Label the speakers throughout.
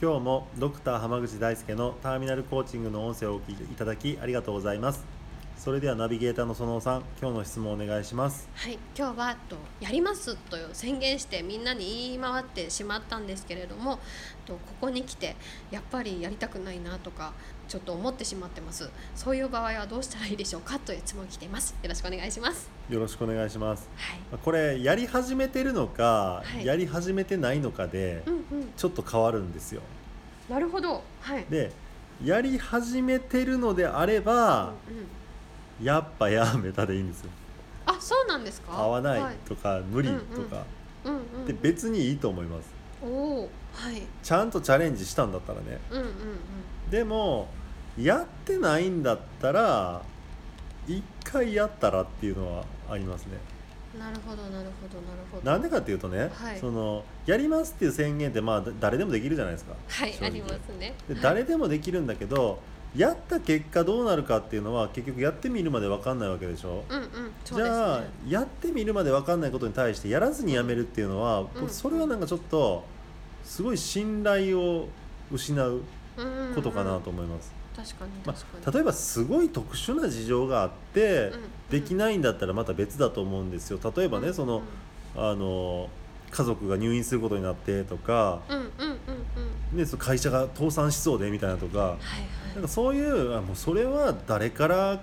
Speaker 1: 今日もドクター濱口大輔のターミナルコーチングの音声をお聞きいただきありがとうございますそれではナビゲーターのそのおさん今日の質問をお願いします
Speaker 2: はい、今日はとやりますと宣言してみんなに言い回ってしまったんですけれどもとここに来てやっぱりやりたくないなとかちょっと思ってしまってますそういう場合はどうしたらいいでしょうかという質問が来ていますよろしくお願いします
Speaker 1: よろしくお願いします
Speaker 2: はい、
Speaker 1: これやり始めてるのか、
Speaker 2: はい
Speaker 1: やり始めてないのかで
Speaker 2: うんうん、
Speaker 1: ちょっと変わるんですよ
Speaker 2: なるほどはい、
Speaker 1: でやり始めてるのであれば、
Speaker 2: うん、
Speaker 1: やっぱやめたでいいんですよ
Speaker 2: あそうなんですか
Speaker 1: 合わな
Speaker 2: はいい、
Speaker 1: とか、無理とか、
Speaker 2: うんうんうん、
Speaker 1: で別にいいと思います
Speaker 2: おおはい
Speaker 1: ちゃんとチャレンジしたんだったらね
Speaker 2: うんうんうん
Speaker 1: でもやってないんだったら一回やったらっていうのはありますね
Speaker 2: なるほどなるほどなるほど
Speaker 1: なんでかっていうとね、
Speaker 2: はい
Speaker 1: そのやりますっていう宣言ってまあだ誰でもできるじゃないですか
Speaker 2: はい
Speaker 1: 正直
Speaker 2: ありますね
Speaker 1: で誰でもできるんだけどやった結果どうなるかっていうのは結局やってみるまで分かんないわけでしょ、
Speaker 2: うんうんそう
Speaker 1: じ
Speaker 2: ですね
Speaker 1: ゃあやってみるまで分かんないことに対してやらずにやめるっていうのは、僕
Speaker 2: うん
Speaker 1: それはなんかちょっとすごい信頼を失う
Speaker 2: うんうんうん
Speaker 1: ことかなと思います、
Speaker 2: 確かに
Speaker 1: ま
Speaker 2: 確かに、
Speaker 1: あ、例えばすごい特殊な事情があって、
Speaker 2: うん
Speaker 1: できないんだったらまた別だと思うんですよ例えばねその、あの家族が入院することになってとか、
Speaker 2: うんうんうんうんうん
Speaker 1: ね、その会社が倒産しそうでみたいなとかな
Speaker 2: はい
Speaker 1: ん
Speaker 2: はい
Speaker 1: かそういうあもうそれは誰から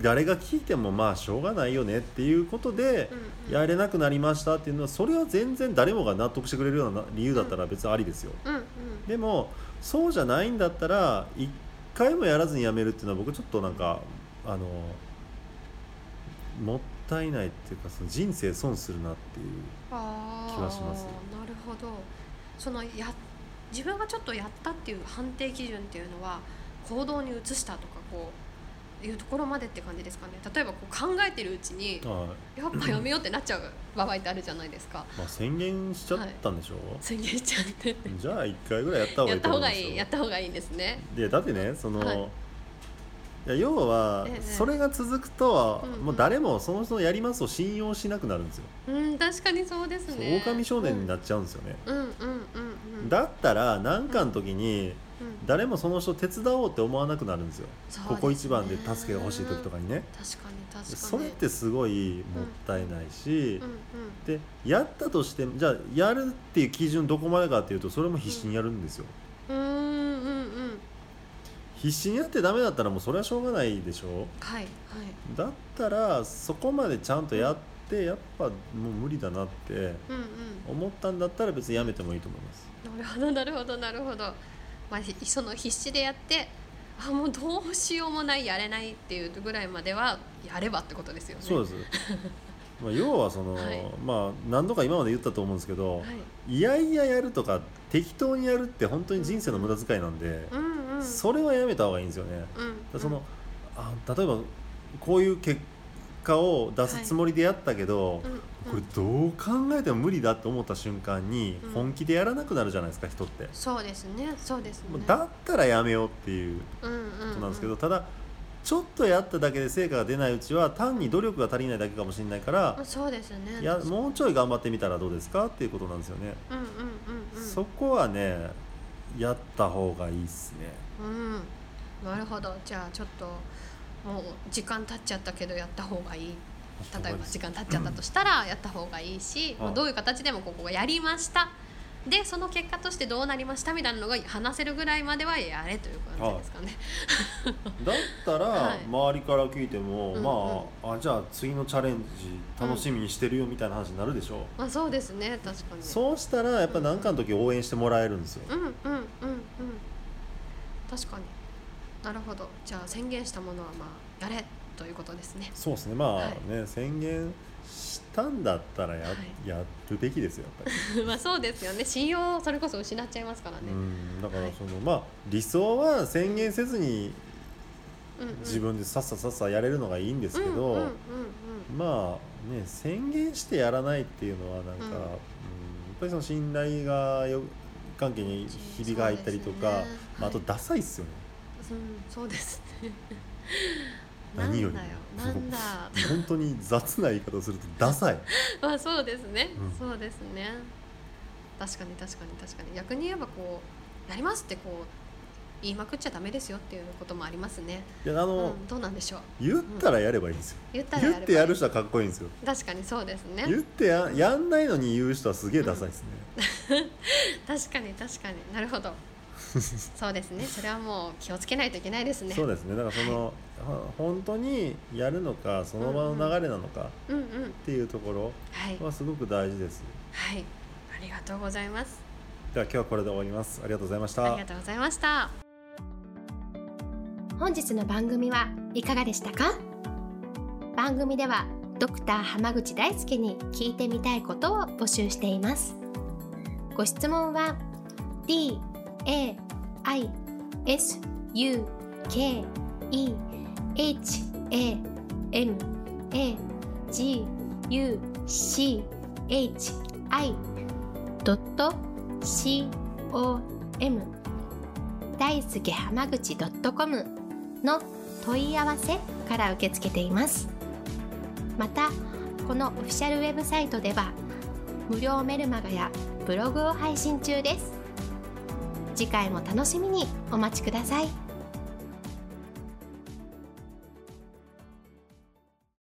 Speaker 1: 誰が聞いてもまあしょうがないよねっていうことで
Speaker 2: うんうん
Speaker 1: やれなくなりましたっていうのはそれは全然誰もが納得してくれるような理由だったら別にありですよ。
Speaker 2: うんうん
Speaker 1: でもそうじゃないんだったら一回もやらずにやめるっていうのは僕ちょっとなんかあのもったいないっていうかその人生損するなっていう
Speaker 2: あー
Speaker 1: 気はします
Speaker 2: なるほどそのや自分がちょっとやったっていう判定基準っていうのは行動に移したとかこういうところまでって感じですかね例えばこう考えてるうちに
Speaker 1: はい
Speaker 2: やっぱやめようってなっちゃう場合ってあるじゃないですか
Speaker 1: まあ、宣言しちゃったんでしょ、
Speaker 2: 宣言しちゃって
Speaker 1: じゃあ一回ぐらいやった方が い
Speaker 2: やっ
Speaker 1: いと
Speaker 2: た
Speaker 1: 思う
Speaker 2: 方
Speaker 1: んで
Speaker 2: が
Speaker 1: すよ
Speaker 2: いいやった方がいいんですね
Speaker 1: でだってねその、
Speaker 2: はい
Speaker 1: いや要は
Speaker 2: ええ
Speaker 1: それが続くと、
Speaker 2: うんうん
Speaker 1: もう誰もその人のやりますを信用しなくなるんですよ、
Speaker 2: うん確かにそうです
Speaker 1: そう
Speaker 2: ね
Speaker 1: 狼少年になっちゃうんですよね、
Speaker 2: うんうんうんうん
Speaker 1: だったら何かの時に
Speaker 2: うん
Speaker 1: 誰もその人を手伝おうって思わなくなるんですよ
Speaker 2: そうです
Speaker 1: こ
Speaker 2: ね
Speaker 1: こ一番で助けが欲しい時とかにね
Speaker 2: 確かに確かに
Speaker 1: それってすごいもったいないし、
Speaker 2: うんうん
Speaker 1: でやったとしてもじゃあやるっていう基準どこまでかっていうとそれも必死にやるんですよ、
Speaker 2: うーんうんうん
Speaker 1: 必死にやってダメだったらもうそれはしょうがないでしょ
Speaker 2: はいはい
Speaker 1: だったらそこまでちゃんとやってやっぱもう無理だなって
Speaker 2: うんうん
Speaker 1: 思ったんだったら別にやめてもいいと思います
Speaker 2: なるほどなるほどなるほどまあひその必死でやってあもうどうしようもないやれないっていうぐらいまではやればってことですよね
Speaker 1: そう ですまあ要はその、
Speaker 2: はい
Speaker 1: まあ何度か今まで言ったと思うんですけど、
Speaker 2: はい
Speaker 1: い、やいややるとか適当にやるって本当に人生の無駄遣いなんで、
Speaker 2: うんうん
Speaker 1: それはやめた方がいいんですよね、
Speaker 2: うんうん
Speaker 1: そのあ例えばこういう結果を出すつもりでやったけど、
Speaker 2: うんうん
Speaker 1: これどう考えても無理だと思った瞬間に
Speaker 2: うん
Speaker 1: 本気でやらなくなるじゃないですか人って、
Speaker 2: そうですねそうですね
Speaker 1: もうだったらやめようっていう
Speaker 2: うんうん
Speaker 1: こ
Speaker 2: う
Speaker 1: と
Speaker 2: ん
Speaker 1: なんですけど、ただちょっとやっただけで成果が出ないうちは単に努力が足りないだけかもしれないから
Speaker 2: まあ、そうですね
Speaker 1: いやもうちょい頑張ってみたらどうですかっていうことなんですよね、
Speaker 2: うんうんうんうん
Speaker 1: そこはねやった方がいいっす ね
Speaker 2: うんなるほどじゃあちょっともう時間経っちゃったけどやった方がいい例えば時間経っちゃったとしたらやった方がいいし、
Speaker 1: うん
Speaker 2: まあどういう形でもここがやりましたでその結果としてどうなりましたみたいなのが話せるぐらいまではやれという感じですかね。
Speaker 1: だった
Speaker 2: は
Speaker 1: ら
Speaker 2: い
Speaker 1: 周りから聞いても、
Speaker 2: うんうん
Speaker 1: まああじゃあ次のチャレンジ楽しみにしてるよみたいな話になるでしょう、
Speaker 2: まあそうですね確かに
Speaker 1: そうしたらやっぱ何かの時応援してもらえるんですよ、
Speaker 2: うんうんうんうん確かになるほどじゃあ宣言したものはまあやれということですね。
Speaker 1: そうですねまあ
Speaker 2: はい
Speaker 1: ね、宣言したんだったらや,、
Speaker 2: はい
Speaker 1: やるべきですよやっぱり。
Speaker 2: まあそうですよね信用をそれこそ失っちゃいますからね、
Speaker 1: うんだか
Speaker 2: は
Speaker 1: ら
Speaker 2: い
Speaker 1: その、まあ理想は宣言せずに
Speaker 2: うんうん
Speaker 1: 自分でさっささっさやれるのがいいんですけど、
Speaker 2: うんうんうん
Speaker 1: まあね宣言してやらないっていうのはなんか、
Speaker 2: う
Speaker 1: う
Speaker 2: ん
Speaker 1: んやっぱりその信頼がよ関係にひびが入ったりとか、
Speaker 2: そ
Speaker 1: まあ、
Speaker 2: うですね
Speaker 1: あと
Speaker 2: はい
Speaker 1: ダサいっすよね。
Speaker 2: うん、うん、そうですね
Speaker 1: 何よりも
Speaker 2: なんだよなんだ
Speaker 1: 本当に雑な言い方をするとダサい。
Speaker 2: まあそうですね、
Speaker 1: うん
Speaker 2: そうですね確かに確かに確かに逆に言えばこうやりますってこう言いまくっちゃダメですよっていうこともありますね、
Speaker 1: いやあ
Speaker 2: う
Speaker 1: の、
Speaker 2: ん、どうなんでしょう
Speaker 1: 言ったらやればいいんですよ。
Speaker 2: 言ったら
Speaker 1: 言ってやる
Speaker 2: ば
Speaker 1: 人はかっこいいんですよ。
Speaker 2: 確かにそうですね
Speaker 1: 言ってややんないのに言う人はすげえダサいですね。
Speaker 2: 確かに確かになるほどそうですねそれはもう気をつけないといけ ないですね
Speaker 1: そうですね。だからその、は本当にやるのかその場の流れなのかっ
Speaker 2: うんうん
Speaker 1: ていうところ
Speaker 2: はい
Speaker 1: はすごく大事です。
Speaker 2: はいありがとうございます
Speaker 1: では今日はこれで終わります。ありがとうございました。
Speaker 2: ありがとうございました
Speaker 3: 本日の番組はいかがでしたか番組ではドクター濱口大輔に聞いてみたいことを募集していますご質問は d a i s u k e h a m a g u c h i c o m 大輔濱口 .com の問い合わせから受け付けていますまたこのオフィシャルウェブサイトでは無料メルマガやブログを配信中です次回も楽しみにお待ちください